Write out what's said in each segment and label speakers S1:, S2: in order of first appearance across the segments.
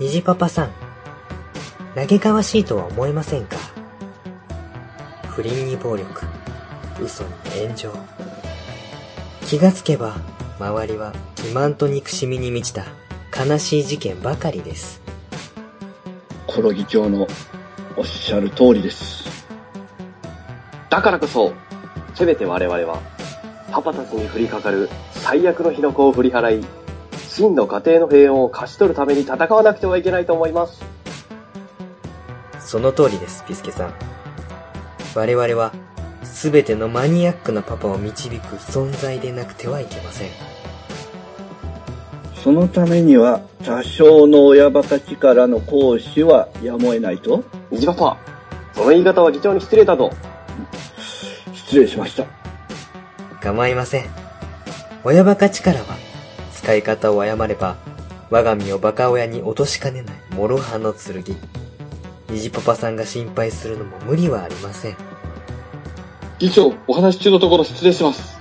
S1: ジパパさん、嘆かわしいとは思いませんか不倫に暴力、嘘に炎上。気がつけば、周りは欺瞞と憎しみに満ちた悲しい事件ばかりです。
S2: コロギ教のおっしゃる通りです。
S3: だからこそ、せめて我々は、パパたちに降りかかる最悪の火の粉を振り払い、真の家庭の平穏を勝ち取るために戦わなくてはいけないと思います。
S1: その通りです、ピスケさん。我々は、すべてのマニアックなパパを導く存在でなくてはいけません。
S2: そのためには、多少の親バカ力の行使はやむを得ないと
S3: 虹パパ、その言い方は議長に失礼だぞ。
S2: 失礼しました。
S1: 構いません。親バカ力は、使い方を誤れば、我が身をバカ親に落としかねない諸刃の剣。虹パパさんが心配するのも無理はありません。
S4: 議長、お話し中のところ失礼します。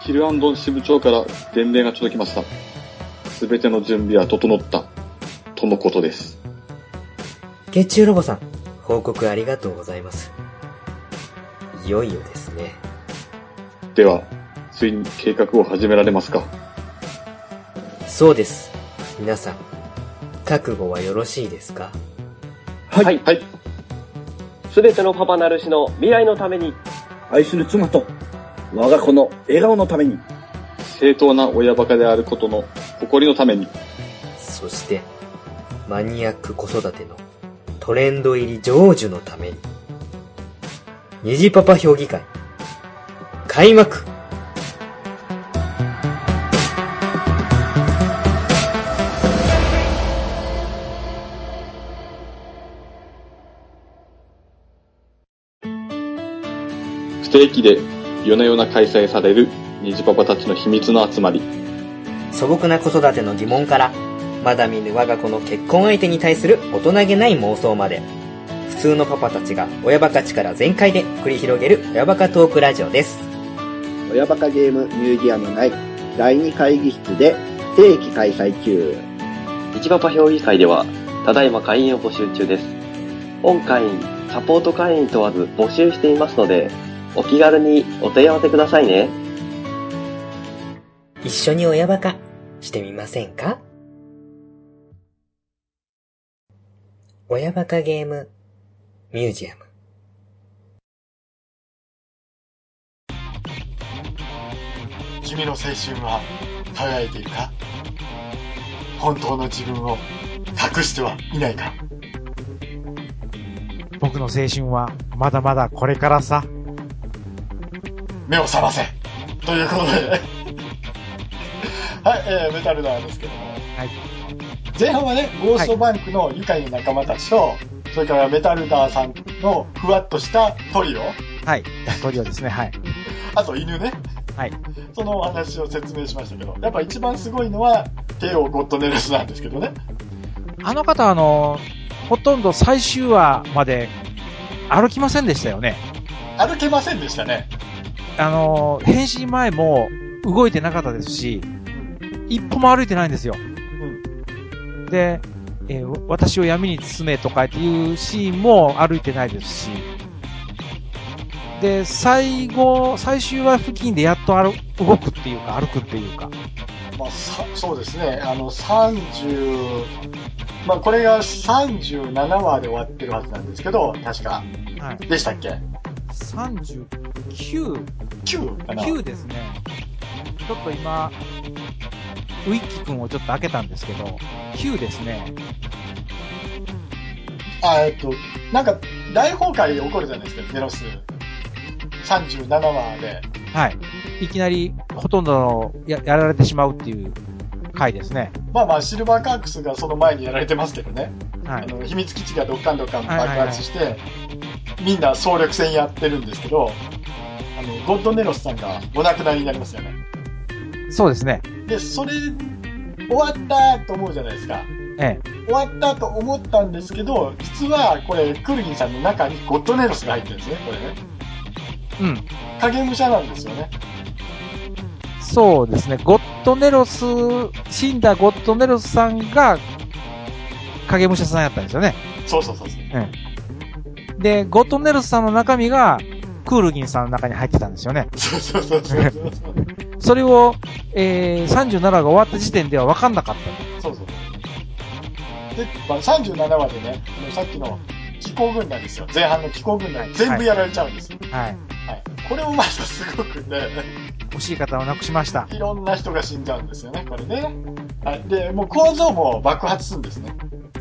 S4: ヒルアンドン支部長から伝令が届きました。すべての準備は整った。とのことです。
S1: 血中ロボさん、報告ありがとうございます。いよいよですね。
S4: では、ついに計画を始められますか
S1: そうです。皆さん、覚悟はよろしいですか
S2: はい。
S3: はい
S4: はい。
S3: すべてのパパなるしの未来のために、
S2: 愛する妻と、我が子の笑顔のために、
S4: 正当な親バカであることの誇りのために、
S1: そして、マニアック子育てのトレンド入り成就のために、虹パパ評議会、開幕
S4: 不定期で夜な夜な開催される虹パパたちの秘密の集まり。
S1: 素朴な子育ての疑問から、まだ見ぬ我が子の結婚相手に対する大人げない妄想まで、普通のパパたちが親バカ力全開で繰り広げる親バカトークラジオです。
S5: 親バカゲームミュージアム内第2会議室で不定期開催中。
S3: 虹パパ評議会では、ただいま会員を募集中です。本会員、サポート会員問わず募集していますので、お気軽にお問い合わせくださいね。
S1: 一緒に親バカしてみませんか親バカゲームミュージアム。
S6: 君の青春は輝いているか本当の自分を隠してはいないか
S7: 僕の青春はまだまだこれからさ。
S6: 目を覚ませということで はい、えー、メタルダーですけども、
S7: はい
S6: 前半はねゴーストバンクの愉快な仲間たちと、それからメタルダーさんのふわっとしたトリオ
S7: はい。トリオですね。はい。
S6: あと犬ね
S7: はい
S6: そのお話を説明しましたけどやっぱ一番すごいのはテオ・ゴッドネルスなんですけどね
S7: あの方、あの、ほとんど最終話まで歩きませんでしたよね。
S6: 歩けませんでしたね
S7: あの、変身前も動いてなかったですし、一歩も歩いてないんですよ。で、えーわ私を闇に包めとかっていうシーンも歩いてないですし、で、最後、最終話付近でやっと歩動くっていうか、歩くっていうか、
S6: まあ、さそうですね、あの30、まあ、これが37話で終わってるはずなんですけど、確か、
S7: はい。
S6: でしたっけ
S7: 39、
S6: ?9 かな
S7: 9ですね。ちょっと今、ウィッキ君をちょっと開けたんですけど、9ですね。
S6: あ、えっと、なんか、大崩壊起こるじゃないですか、ゼロス。37話で。
S7: はい。いきなり、ほとんどのや、やられてしまうっていう回ですね。
S6: まあまあ、シルバーカークスがその前にやられてますけどね。
S7: は
S6: あ
S7: い。
S6: の秘密基地がドッカンドッカン爆
S7: はいはいはい
S6: 発して、みんな総力戦やってるんですけど、あの、ゴッドネロスさんがお亡くなりになりますよね。
S7: そうですね。
S6: で、それ、終わったと思うじゃないですか。
S7: ええ。
S6: 終わったと思ったんですけど、実はこれ、クルギンさんの中にゴッドネロスが入ってるんですね、これね。
S7: うん。
S6: 影武者なんですよね。
S7: そうですね。ゴッドネロス、死んだゴッドネロスさんが、影武者さんやったんですよね。
S6: そうそうそうそう。
S7: で、ゴットンネルスさんの中身が、クールギンさんの中に入ってたんですよね。
S6: そうそうそうそうそうそう。
S7: それを、えー、37が終わった時点では分かんなかった。
S6: そうそう。で、まあ、37話でね、あのさっきの気候軍団ですよ。前半の気候軍団、全部やられちゃうんですよ。
S7: はい。
S6: はい。これもまたすごくね、
S7: 惜しい方を亡くしました。
S6: いろんな人が死んじゃうんですよね、これね。はい。で、もう構造も爆発するんですね。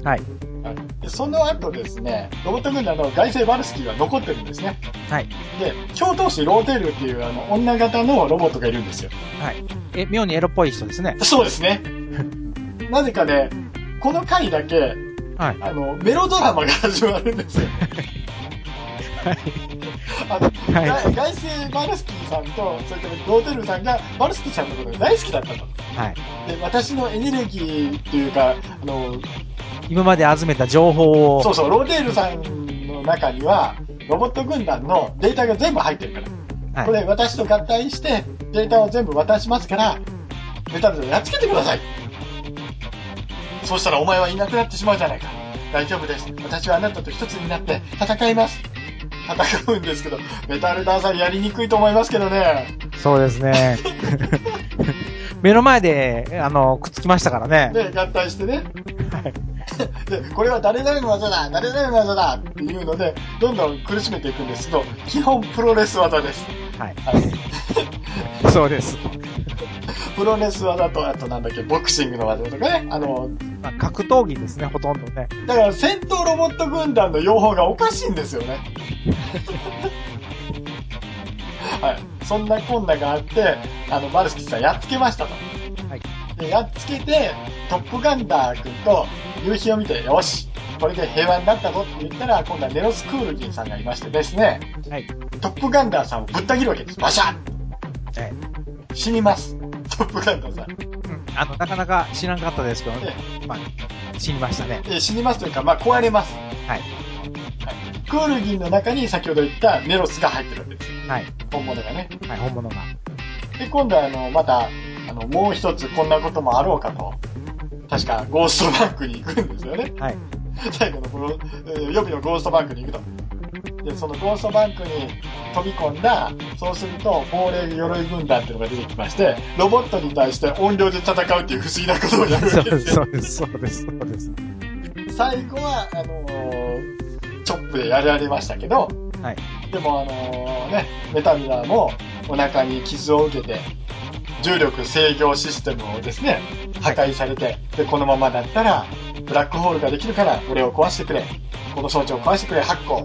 S7: はい。
S6: はい。で、その後ですね、ロボット軍団の外星バルスキーが残ってるんですね。
S7: はい。
S6: で、共闘士ローテールっていう、あの、女型のロボットがいるんですよ。
S7: え、妙にエロっぽい人ですね。
S6: そうです ね。なぜかね、この回だけ、
S7: はい。
S6: あの、メロドラマが始まるんですよ。あの、
S7: はい
S6: が外星バルスキーさんと、それからローテルさんが、バルスキーさんのことが大好きだったと。
S7: はい。
S6: で、私のエネルギーっていうか、あの、
S7: 今まで集めた情報を。
S6: そうそう、ローテールさんの中には、ロボット軍団のデータが全部入ってるから。
S7: はい
S6: これ私と合体して、データを全部渡しますから、メタルズをやっつけてください。そうしたらお前はいなくなってしまうじゃないか。大丈夫です。私はあなたと一つになって戦います。戦うんですけど、メタルダーさんやりにくいと思いますけどね。
S7: そうですね。 目の前で、あの、くっつきましたからね。
S6: で、合体してね。 で、これは誰々の技だ誰々の技だっていうので、どんどん苦しめていくんですけど、基本プロレス技です。
S7: はい。
S6: はい
S7: そうです。
S6: プロレス技と、あとなんだっけ、ボクシングの技とかね。あの、
S7: まあ、格闘技ですね、ほとんどね。
S6: だから戦闘ロボット軍団の用法がおかしいんです よね。はい。そんなこんながあって、あの、バルスキーさんやっつけましたと。
S7: はい。
S6: で、やっつけて、トップガンダー君と夕日を見て、よしこれで平和になったぞって言ったら、今度はネロスクールギンさんがいましてですね、
S7: はい。
S6: トップガンダーさんをぶった切るわけです。バシャン
S7: え
S6: 死にます。トップガンダーさん。
S7: うん。あの、なかなか知らなかったですけどね。まあ、死にましたね。
S6: えー死にますというか、まあ、壊れます。
S7: は
S6: は
S7: い
S6: い。クールギンの中に先ほど言ったネロスが入ってるわけです。
S7: はい。
S6: 本物がね。
S7: はい、本 物が。
S6: で、今度は、あの、また、あの、もう一つこんなこともあろうかと、確か、ゴーストバンクに行くんですよね。
S7: はい。
S6: 最後のこの、えー予備のゴーストバンクに行くと。で、そのゴーストバンクに飛び込んだ、そうすると、亡霊鎧軍団っていうのが出てきまして、ロボットに対して音量で戦うっていう不思議なことをやる
S7: そ
S6: わ
S7: う
S6: け
S7: で、
S6: ですす
S7: そ
S6: よ。
S7: うです、そうです、そうです。
S6: 最後は、あのーチョップでやられましたけど、
S7: はい。
S6: でもあのね、メタミラーもお腹に傷を受けて、重力制御システムをですね、破壊されて、で、このままだったら、ブラックホールができるから、俺を壊してくれ。この装置を壊してくれ、発光。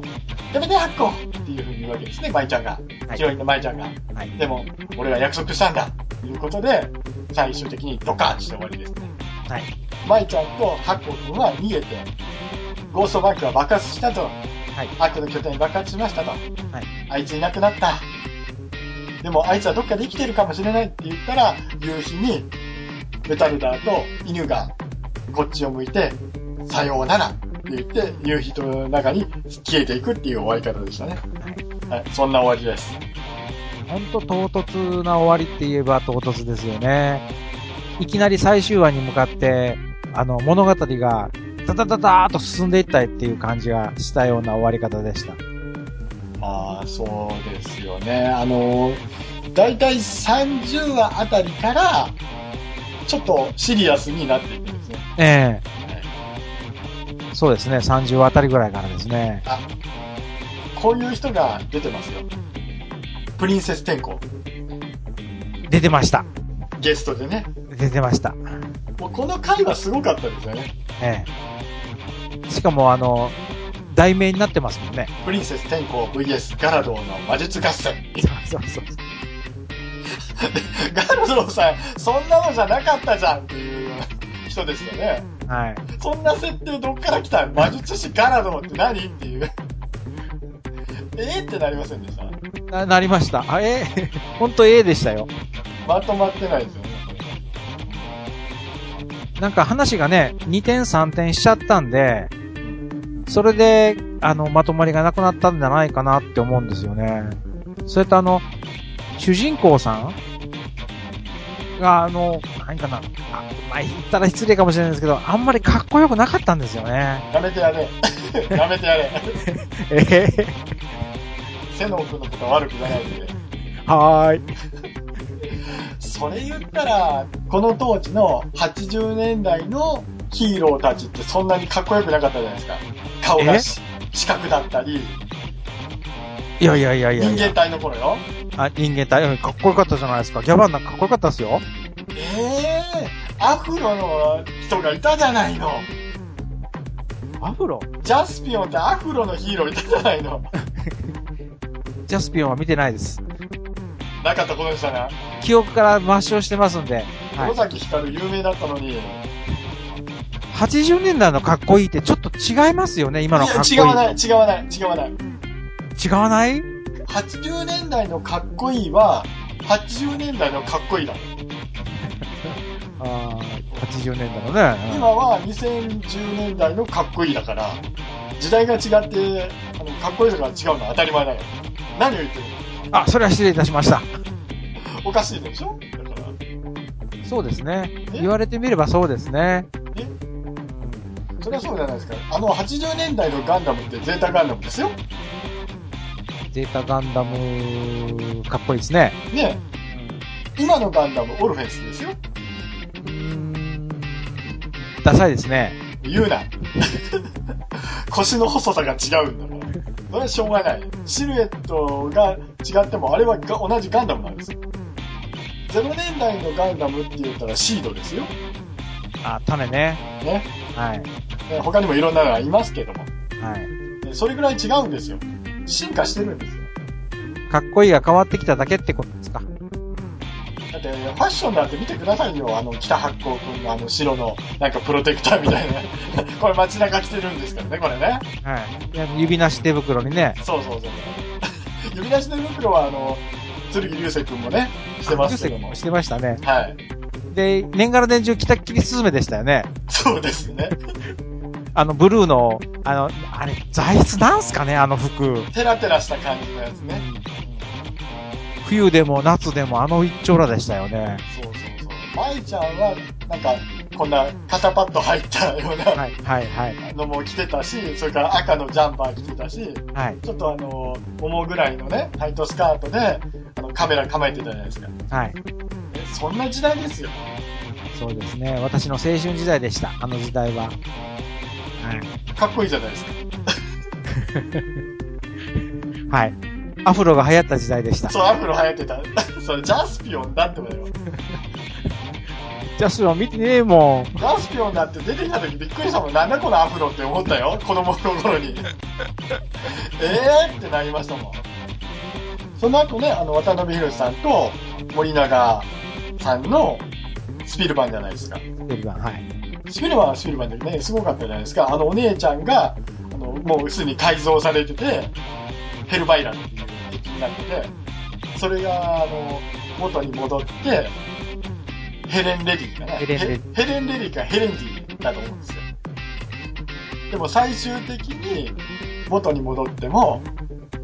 S6: やめて、発光っていう風に言うわけですね、舞ちゃんが。
S7: はい
S6: ヒロインの舞ちゃんが。
S7: はい。
S6: でも、俺は約束したんだということで、最終的にドカーンして終わりですね。
S7: はい。
S6: 舞ちゃんとハッコ君は逃げて、ゴーストバンクは爆発したと。
S7: い
S6: 悪の拠点に爆発しましたと。
S7: はい。
S6: あいついなくなった。でもあいつはどっかで生きてるかもしれないって言ったら、夕日に、メタルダーと犬がこっちを向いて、さようならって言って、夕日の中に消えていくっていう終わり方でしたね。はい。そんな終わりです。
S7: ほんと唐突な終わりって言えば唐突ですよね。いきなり最終話に向かって、あの、物語が、ダダダダーっと進んでいったっていう感じがしたような終わり方でした。
S6: まあ、そうですよね。あの、だいたい30話あたりから、ちょっとシリアスになっていくんですね。
S7: ええそうですね、30話あたりぐらいからですね。
S6: こういう人が出てますよ。プリンセス天候、
S7: 出てました。
S6: ゲストでね。
S7: 出てました。
S6: もうこの回はすごかったですよね。
S7: ええしかも、あの、題名になってますもんね。
S6: プリンセス天候 VS ガラドーの魔術合戦。
S7: そうそうそう。
S6: ガラドーさん、そんなのじゃなかったじゃんっていうような人ですよね。
S7: はい。
S6: そんな設定どっから来た魔術師ガラドーって何っていう。えーってなりませんでした
S7: な、なりました。あ、ええ ほんと A でしたよ。
S6: まとまってないですよね、これね。
S7: なんか話がね、2点3点しちゃったんで、それで、あの、まとまりがなくなったんじゃないかなって思うんですよね。それとあの、主人公さんが、あの、何かな、あまあ、言ったら失礼かもしれないですけど、あんまりかっこよくなかったんですよね。
S6: やめてやれ。 やめてやれ。
S7: えへへ
S6: セノン君のことは悪く言わないで。
S7: はーい。
S6: それ言ったら、この当時の80年代のヒーローたちってそんなにかっこよくなかったじゃないですか。顔がし四角だったり、
S7: いやいやいやい
S6: 人
S7: やい
S6: 間
S7: や。
S6: 体の頃よ。
S7: あ、人間体、うんかっこよかったじゃないですか。ギャバンなんかかっこよかったですよ。
S6: ええアフロの人がいたじゃないの。
S7: アフロ
S6: ジャスピオンってアフロのヒーローいたじゃないの。
S7: ジャスピオンは見てないです。
S6: なかったことにしたな。
S7: 記憶から抹消してますんで。は
S6: 野
S7: い。
S6: 崎光有名だったのに。
S7: 80年代のかっこいいってちょっと違いますよね、今のかっこいい。
S6: いや違わない、違わない、違わない。
S7: 違わない
S6: 80年代のかっこいいは、80年代のかっこいいだ。
S7: あー80年代のね。うん
S6: 今は2010年代のかっこいいだから、時代が違って、あのかっこよさが違うのは当たり前だよ。何を言ってる
S7: あ、それは失礼いたしました。
S6: のおかしいでしょだから、
S7: そうですね。
S6: え
S7: 言われてみればそうですね。
S6: それはそうじゃないですか。あの80年代のガンダムってゼータガンダムですよ。
S7: ゼータガンダム、かっこいいですね。
S6: ねえ今のガンダムオルフェンスですよ。
S7: うーん。ダサいですね。
S6: 言うな。腰の細さが違うんだから。それはしょうがない。シルエットが違っても、あれはが同じガンダムなんですよ。0年代のガンダムって言ったらシードですよ。
S7: あ、種ね。
S6: ね。
S7: はい。
S6: ね他にもいろんなのがいますけども。
S7: はい。
S6: ねそれぐらい違うんですよ。進化してるんですよ。
S7: かっこいいが変わってきただけってことですか。
S6: だって、ファッションだって見てくださいよ。あの、北八甲君のあの白の、なんかプロテクターみたいな。 これ街中着てるんですからね、これね。
S7: はいいや。指なし手袋にね。
S6: そう そうそう。指出しの袋は、あの、鶴木流星くんもね、してますけども
S7: あ。してましたね。
S6: はい。
S7: で、年がら年中、北っきりスズメでしたよね。
S6: そうですね。
S7: あの、ブルーの、あの、あれ、材質なんすかね、あの服。
S6: テラテラした感じのやつね。
S7: 冬でも夏でもあの一丁らでしたよね。
S6: そうそうそう。舞ちゃんは、なんか、こんな肩パッド入ったよう
S7: はい、はい、はい。
S6: なのも着てたし、それから赤のジャンパー着てたし、
S7: はい、
S6: ちょっとあの、ももぐらいのね、タイトスカートで、あの、カメラ構えてたじゃないですか。
S7: はい。
S6: えそんな時代ですよ。
S7: そうですね。私の青春時代でした。あの時代は。はい。
S6: かっこいいじゃないですか。
S7: はい。アフロが流行った時代でした。
S6: そう、アフロ流行ってた。 それジャスピオンだってばよ。
S7: ジャスロン見てねえもん。
S6: ジャスピオンだって出てきた時びっくりしたもん。なんだこのアフロって思ったよ。子供の頃に。えーってなりましたもん。その後ね、あの、渡辺博さんと森永さんのスピルバンじゃないですか。
S7: テレビ版はい。
S6: スピルバンはスピルバンでね、すごかったじゃないですか。あの、お姉ちゃんが、あの、もうすでに改造されてて、ヘルバイランっていう敵になってて、それが、あの、元に戻って、ヘレン・レディかな。
S7: ヘレンレディ
S6: ヘヘレン・レディかヘレンディだと思うんですよ。でも最終的に元に戻っても、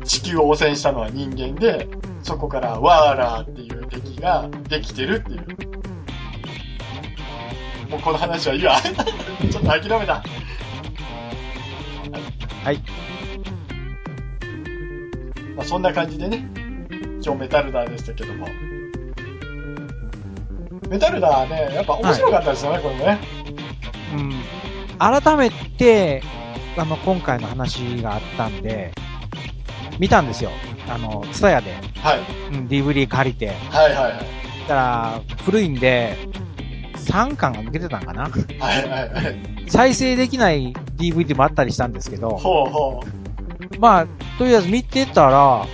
S6: 地球を汚染したのは人間で、そこからワーラーっていう敵ができてるっていう。もうこの話はいいわ。 ちょっと諦めた。
S7: はい。
S6: まあ、そんな感じでね、今日メタルダーでしたけども。メタルダーね、やっぱ面白かったですよね、これもね。
S7: うん。改めて、あの、今回の話があったんで、見たんですよ。あの、ツタヤで。
S6: はい。
S7: うん、DVD 借りて。
S6: はいはいはい。
S7: だから、古いんで、3巻が抜けてたんかな
S6: はいはいはい。
S7: 再生できない DVD もあったりしたんですけど、
S6: ほうほ
S7: まあ、とりあえず見てたら、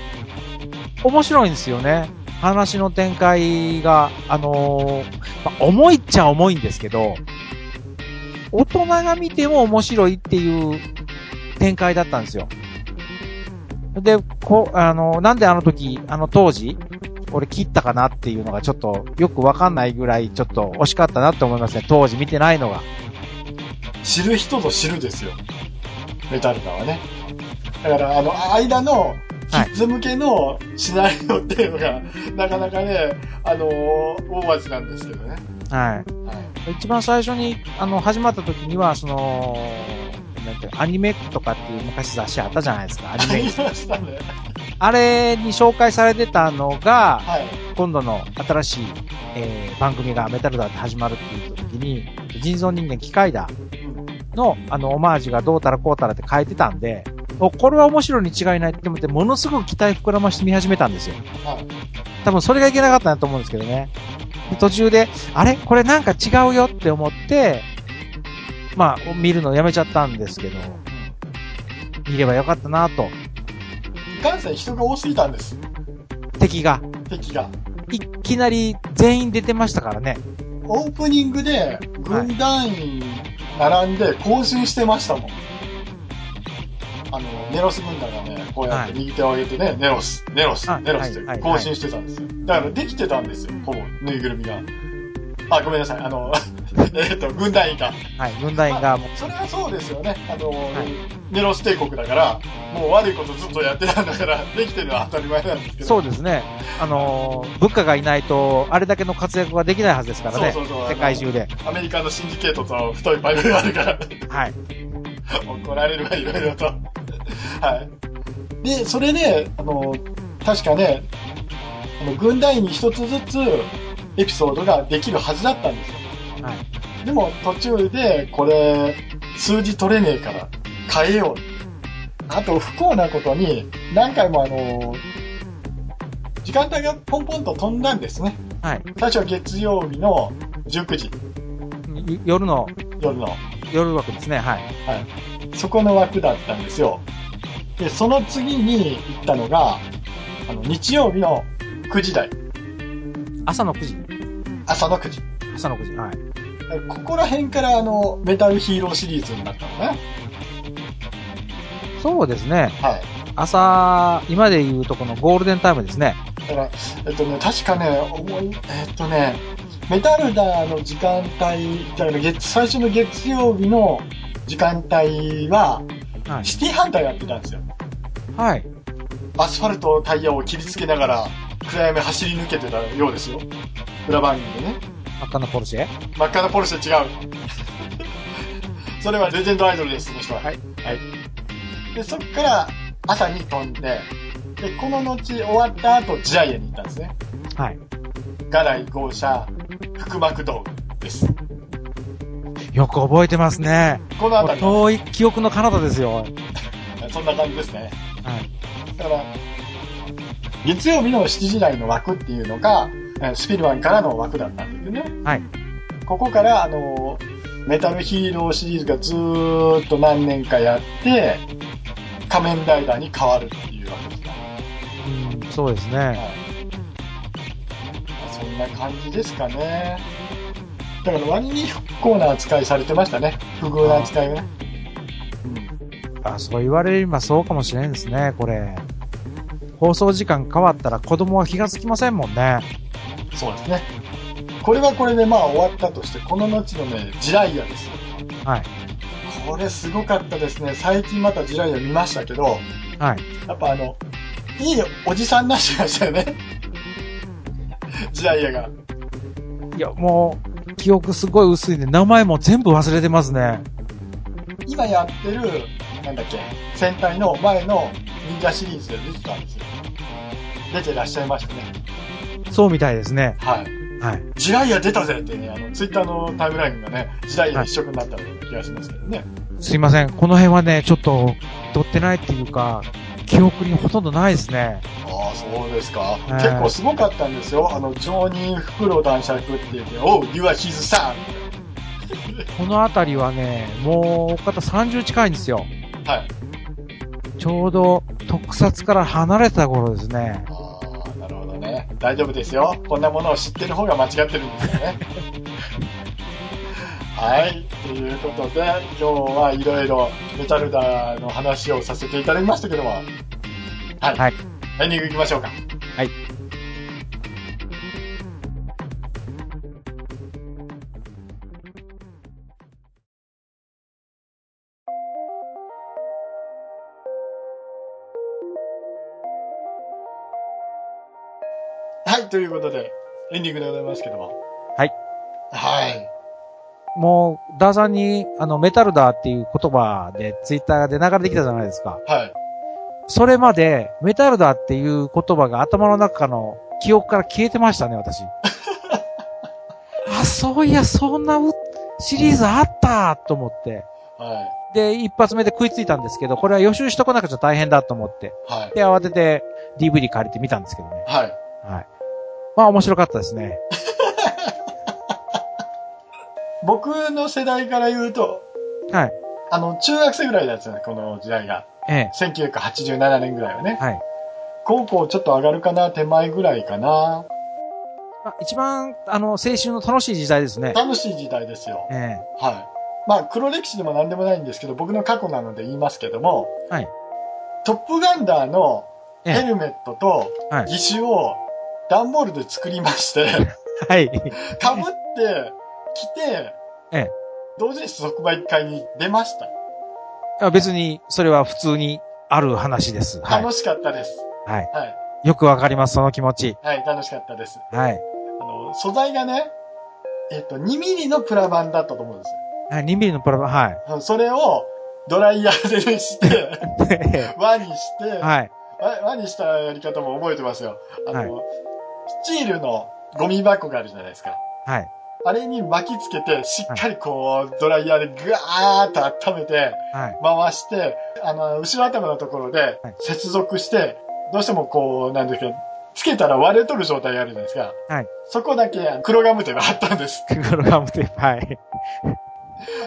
S7: 面白いんですよね。話の展開が、あのーまあ、重いっちゃ重いんですけど、大人が見ても面白いっていう展開だったんですよ。で、こあのーなんであの時、あの当時、俺切ったかなっていうのがちょっとよくわかんないぐらいちょっと惜しかったなって思いますね。当時見てないのが。
S6: う。知る人ぞ知るですよ。メタルダーはね。だから、あの、間のキッズ向けのシナリオっていうのが、なかなかね、あのー大味なんですけどね。
S7: はい。
S6: はい。
S7: 一番最初に、あの、始まった時には、その、なんていうのアニメとかっていう昔雑誌あったじゃないですか、アニ
S6: あり
S7: メ。
S6: ましたね。
S7: あれに紹介されてたのが、
S6: はい。
S7: 今度の新しい、えー番組がメタルだって始まるって言った時に、人造人間機械だの、あの、オマージュがどうたらこうたらって書いてたんで、おこれは面白いに違いないって思って、ものすごく期待膨らまして見始めたんですよ。
S6: はい。
S7: 多分それがいけなかったなと思うんですけどね。で途中で、あれこれなんか違うよって思って、まあ、見るのやめちゃったんですけど、見ればよかったなと。
S6: いかんせん人が多すぎたんです。
S7: 敵が、
S6: 敵が。
S7: いきなり全員出てましたからね。
S6: オープニングで軍団員並んで行進してましたもん。あの、ネロス軍団がね、こうやって右手を上げてね、ネロス、ネロス
S7: あ、
S6: ネロス
S7: はいは
S6: っ
S7: い
S6: て行進してたんですよ。だからできてたんですよ、ほぼ、ぬいぐるみが。あ、ごめんなさい、あの、 えっと、軍団員が。
S7: はい、軍団員がもう
S6: それはそうですよね。あの、
S7: い
S6: ネロス帝国だから、もう悪いことずっとやってたんだから、できてるのは当たり前なんですけど。
S7: そうですね。あのー、部下がいないと、あれだけの活躍はできないはずですからね。
S6: そうそうそう
S7: 世界中で。
S6: アメリカのシンジケートと太いパイプがあるから。
S7: はい。
S6: 怒られるわ、いろいろと。 はい。で、それで、あの、確かね、あの軍隊に一つずつエピソードができるはずだったんですよ。
S7: はい。
S6: でも途中で、これ、数字取れねえから変えよう。あと、不幸なことに、何回もあの、時間帯がポンポンと飛んだんですね。
S7: はい。
S6: 最初は月曜日の19時、
S7: よ夜の、
S6: 夜の。
S7: 夜枠ですね。はい。
S6: はい。そこの枠だったんですよ。で、その次に行ったのが、あの、日曜日の9時台、
S7: 朝の9時。
S6: 朝の9時。
S7: 朝の9時。はい。
S6: ここら辺からあの、メタルヒーローシリーズになったのね。
S7: そうですね。
S6: はい。
S7: 朝、今で言うとこのゴールデンタイムですね。
S6: だから、えっとね、確かね、思い、えっとね、メタルダーの時間帯、だから月、最初の月曜日の時間帯は、
S7: はい。
S6: シティハンターやってたんですよ。
S7: はい。
S6: アスファルトタイヤを切りつけながら、暗闇走り抜けてたようですよ。裏番組でね。
S7: 真っ赤なポルシェ。
S6: 真っ赤なポルシェ違う。それはレジェンドアイドルです、その人は。はい。で、そっから朝に飛んで、で、この後終わった後、ジャイアに行ったんですね。
S7: はい。
S6: ガライ、ゴーシャ、福幕道です。
S7: よく覚えてますね。
S6: この
S7: もう
S6: 辺りは
S7: 遠い記憶の彼方ですよ。はい。
S6: そんな感じですね。だから、月曜日の7時台の枠っていうのが、えースピルマンからの枠だったんですよね。
S7: はい。
S6: ここから、あの、メタルヒーローシリーズがずーっと何年かやって、仮面ライダーに変わるっていうわけですね。
S7: うん、そうですね。
S6: はい。そんな感じですかね。だから割に不幸な扱いされてましたね。不遇な扱いがね。
S7: あ、そう言われればそうかもしれんですね、これ。放送時間変わったら子供は気がつきませんもんね。
S6: そうですね。これはこれでまあ終わったとして、この後のね、ジライアですよ。
S7: はい。
S6: これすごかったですね。最近またジライア見ましたけど、
S7: はい。
S6: やっぱあの、いいおじさんになっちゃいましたよね。ジライアが。
S7: いや、もう、記憶すごい薄いんで、名前も全部忘れてますね。
S6: 今やってる、なんだっけ、戦隊の前の忍者シリーズで出てたんですよ。出てらっしゃいましたね。
S7: そうみたいですね。
S6: はい。
S7: はい。
S6: ジライア出たぜってね、あの、ツイッターのタイムラインがね、ジライア一色になったような気がしますけどね。
S7: すいません。この辺はね、ちょっと、取ってないっていうか、記憶にほとんどないですね。
S6: ああ、そうですか。
S7: い
S6: 結構すごかったんですよ。あの、常任フクロウ男爵って言って、おう、you are his son!
S7: このあたりはね、もう、お方30近いんですよ。
S6: はい。
S7: ちょうど、特撮から離れた頃ですね。
S6: ああ、なるほどね。大丈夫ですよ。こんなものを知ってる方が間違ってるんですよね。はい。ということで、今日はいろいろメタルダーの話をさせていただきましたけども。はい。
S7: はい。
S6: エンディング行きましょうか。
S7: はい。
S6: はい、ということで、エンディングでございますけども。
S7: はい。
S6: はい。
S7: もう、ダーさんに、あの、メタルだっていう言葉で、ツイッターで流れてきたじゃないですか。
S6: はい。
S7: それまで、メタルだっていう言葉が頭の中の記憶から消えてましたね、私。あ、そういや、そんなうシリーズあったと思って。
S6: はい。
S7: で、一発目で食いついたんですけど、これは予習しとかなくちゃ大変だと思って。
S6: はい。
S7: で、慌てて DVD 借りてみたんですけどね。
S6: はい。
S7: はい。まあ、面白かったですね。
S6: 僕の世代から言うと、
S7: はい。
S6: あの、中学生ぐらいだったんですよね、この時代が。
S7: ええ。
S6: 1987年ぐらいはね。
S7: はい。
S6: 高校ちょっと上がるかな、手前ぐらいかな。
S7: まあ、一番、あの、青春の楽しい時代ですね。
S6: 楽しい時代ですよ。
S7: ええ。
S6: はい。まあ、黒歴史でも何でもないんですけど、僕の過去なので言いますけども、
S7: はい
S6: トップガンダーの
S7: ええ
S6: ヘルメットと
S7: はい
S6: 義手を段ボールで作りま して、
S7: はい。
S6: かぶって、着て、
S7: ええ
S6: 同時に即売会に出ました。
S7: あ別に、それは普通にある話です。はい。
S6: 楽しかったです。
S7: はい。
S6: はい。
S7: よくわかります、その気持ち。
S6: はい、楽しかったです。
S7: はい。
S6: あの、素材がね、えっと、2ミリのプラ板だったと思うんですよ
S7: はい、リンビリのプラバン、はい。
S6: あの。それをドライヤーで熱して、 輪にして、
S7: はい。
S6: 輪輪にしたやり方も覚えてますよ。あの、スチールのゴミ箱があるじゃないですか。
S7: はい。
S6: あれに巻きつけて、しっかりこう、ドライヤーでぐわーっと温めて、
S7: はい。
S6: 回して、あの、後ろ頭のところで
S7: はい
S6: 接続して、どうしてもこう、なんですけど、つけたら割れとる状態あるじゃないですか。
S7: はい
S6: そこだけ黒ガムテがあったんです。
S7: クグロガムテープ、はい。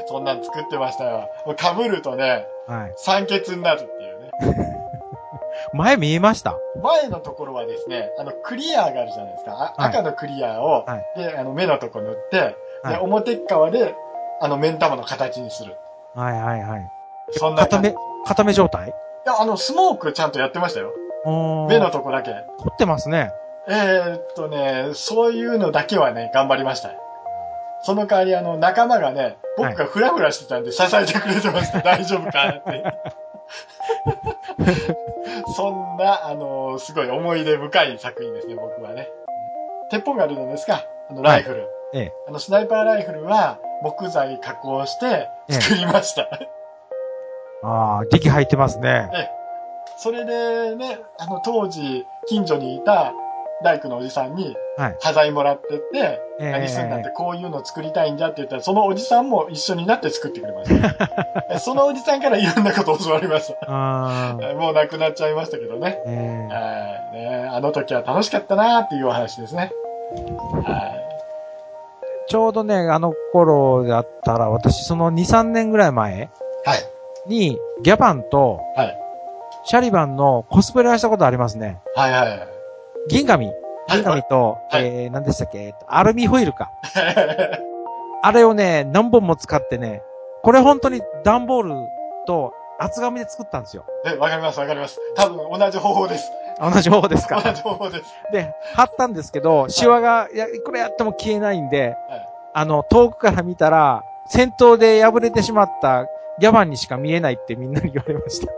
S6: そんなん作ってましたよ。被るとね、
S7: はい。
S6: 酸欠になるっていうね。
S7: 前見えました
S6: 前のところはですね、あの、クリアがあるじゃないですか。あ
S7: はい
S6: 赤のクリアを、
S7: は
S6: で、あの、目のところ塗って、
S7: はい
S6: で、表っ側で、あの、目ん玉の形にする。
S7: はい、はい、はい。
S6: そんな
S7: 固
S6: 感じ。い
S7: め、固め状態
S6: や、あの、スモークちゃんとやってましたよ。
S7: おー
S6: 目のとこだけ。
S7: 凝ってますね。
S6: えーっとね、そういうのだけはね、頑張りました。その代わり、あの、仲間がね、僕がフラフラしてたんで支えてくれて ました。大丈夫かって。そんな、あの、すごい思い出深い作品ですね、僕はね。鉄砲があるじゃないですか、あの、ライフル。
S7: ええ
S6: あの、スナイパーライフルは、木材加工して
S7: ええ
S6: 作りました。
S7: ああ、劇入ってますね。
S6: それでね、あの、当時、近所にいた大工のおじさんに、
S7: はい。
S6: 端材もらってって、
S7: ええ
S6: 何すんだってこういうの作りたいんじゃって言ったら、そのおじさんも一緒になって作ってくれ ました。そのおじさんからいろんなことを教わりまし
S7: あ
S6: た。
S7: ー
S6: もう亡くなっちゃいましたけどね。
S7: え
S6: はい
S7: ー
S6: ねあの時は楽しかったなっていうお話ですね。は
S7: ちょうどね、あの頃だったら、私その2、3年ぐらい前
S6: い。はい。
S7: に、ギャバンと、
S6: はい。
S7: シャリバンのコスプレをしたことありますね。
S6: はいはいはい。
S7: 銀紙。銀紙と、
S6: はい
S7: えー、何でしたっけえっとアルミホイルか。あれをね、何本も使ってね、これ本当に段ボールと厚紙で作ったんですよ。
S6: え わかりますわかります。多分同じ方法です。
S7: 同じ方法です
S6: 同
S7: か。
S6: じ方法です。
S7: で、貼ったんですけど、シワが、いや、これやっても消えないんで、
S6: はい
S7: あの、遠くから見たら、戦闘で破れてしまったギャバンにしか見えないってみんなに言われました。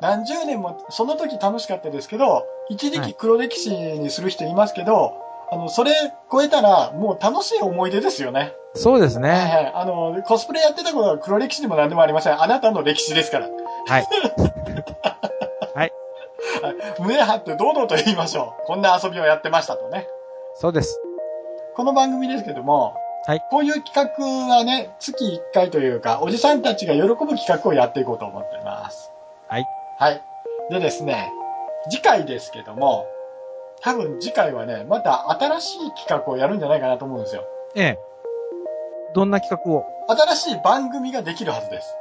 S6: 何十年も、その時楽しかったですけど、一時期黒歴史にする人いますけど、あの、それ超えたら、もう楽しい思い出ですよね。
S7: そうですね。
S6: はいはい。あの、コスプレやってたことは黒歴史でも何でもありません。あなたの歴史ですから。
S7: はい。 は
S6: は
S7: い
S6: い。胸張って堂々と言いましょう。こんな遊びをやってましたとね。
S7: そうです。
S6: この番組ですけども、
S7: はい
S6: こういう企画はね、月1回というか、おじさんたちが喜ぶ企画をやっていこうと思ってます。
S7: はい。
S6: はい。でですね、次回ですけども、多分次回はね、また新しい企画をやるんじゃないかなと思うんですよ。
S7: ええ。どんな企画を
S6: 新しい番組ができるはずです。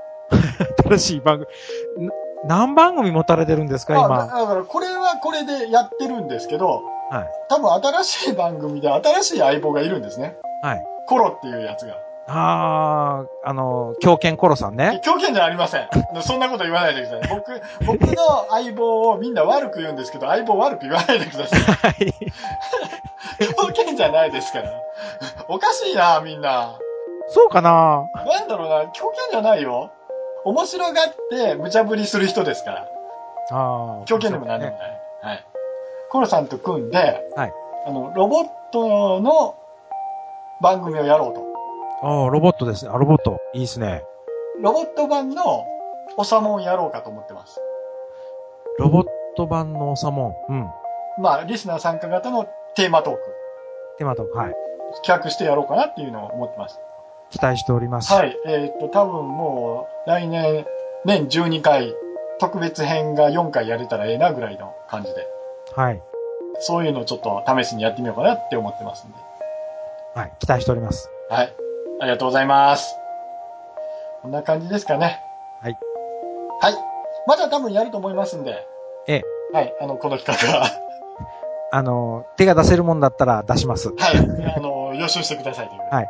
S7: 新しい番組。な何番組持たれてるんですか、
S6: あだ
S7: 今。
S6: だからこれはこれでやってるんですけど、
S7: はい
S6: 多分新しい番組で新しい相棒がいるんですね。
S7: はい。
S6: コロっていうやつが。
S7: ああ、あの、狂犬コロさんね。
S6: 狂犬じゃありません。あのそんなこと言わないでください。僕、僕の相棒をみんな悪く言うんですけど、相棒悪く言わないでください。
S7: はい。
S6: 狂犬じゃないですから。おかしいな、みんな。
S7: そうかな
S6: なんだろうな、狂犬じゃないよ。面白がって無茶ぶりする人ですから。
S7: ああ。
S6: 狂犬でも何でもない。はい。コロさんと組んで、
S7: はい
S6: あの、ロボットの番組をやろうと。
S7: ああ、ロボットですね。あ、ロボット。いいですね。
S6: ロボット版のおさもんやろうかと思ってます。
S7: ロボット版のおさもん。うん。
S6: まあ、リスナー参加型のテーマトーク、
S7: 手間と、はい。
S6: 企画してやろうかなっていうのを思ってます。
S7: 期待しております。
S6: はい。えーっと、多分もう、来年、年12回、特別編が4回やれたらええなぐらいの感じで、
S7: はい。
S6: そういうのをちょっと試しにやってみようかなって思ってますんで。
S7: はい。期待しております。
S6: はい。ありがとうございます。こんな感じですかね。
S7: はい。
S6: はい。また多分やると思いますんで。
S7: ええ
S6: はい。あの、この企画は、
S7: あの、手が出せるもんだったら出します。
S6: はい。あの、予習してくださいという。
S7: はい。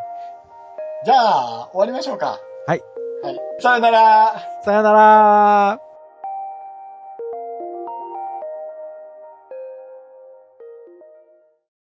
S6: じゃあ、終わりましょうか。
S7: はい。
S6: はい。さよなら。
S7: さよなら